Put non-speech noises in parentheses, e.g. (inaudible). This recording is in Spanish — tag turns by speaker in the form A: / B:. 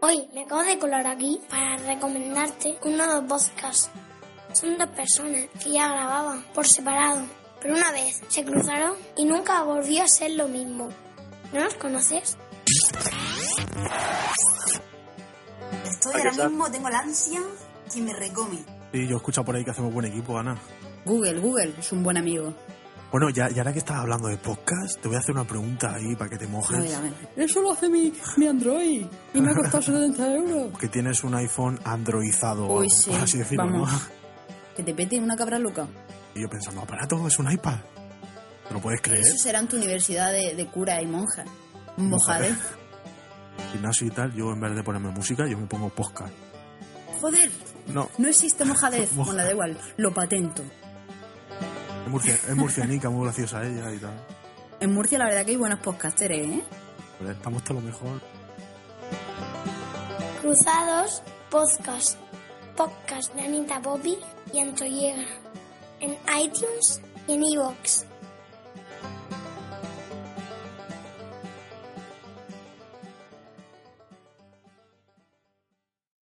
A: Hoy me acabo de colar aquí para recomendarte uno de los podcasts. Son dos personas que ya grababan por separado, pero una vez se cruzaron y nunca volvió a ser lo mismo. ¿No los conoces?
B: Estoy
C: ¿A qué
B: ahora
C: tal?
B: mismo, tengo la ansia que me recome.
D: Y yo he escuchado por ahí que hacemos buen equipo, Ana.
E: Google, Google es un buen amigo.
D: Bueno, ya, ya ahora que estás hablando de podcast, te voy a hacer una pregunta ahí para que te
E: A ver,
D: mojes.
E: a ver. Eso lo hace mi, mi Android y me ha costado 70 euros.
D: que tienes un iPhone androidizado,
E: Uy,
D: o
E: sí,
D: por así decirlo,
E: vamos.
D: ¿no?
E: Que te pete una cabra loca.
D: (laughs) Y yo pensando, aparato, es un iPad. ¿Te lo puedes creer?
E: Eso será en tu universidad de, de cura y monja. Un Mojadez.
D: Gimnasio y tal, yo en vez de ponerme música, yo me pongo podcast.
E: Joder,
D: No,
E: no existe
D: (laughs)
E: mojadez.
D: Moja.
E: Bueno, da igual, lo patento.
D: es, murcia- es murcianica, muy graciosa ella y tal.
E: En Murcia la verdad que hay buenos podcasteres, ¿eh?
D: Pero Estamos todo lo mejor.
A: Cruzados Podcast. Podcast de Anita Poppy y Anto Yega. En iTunes y en iVoox.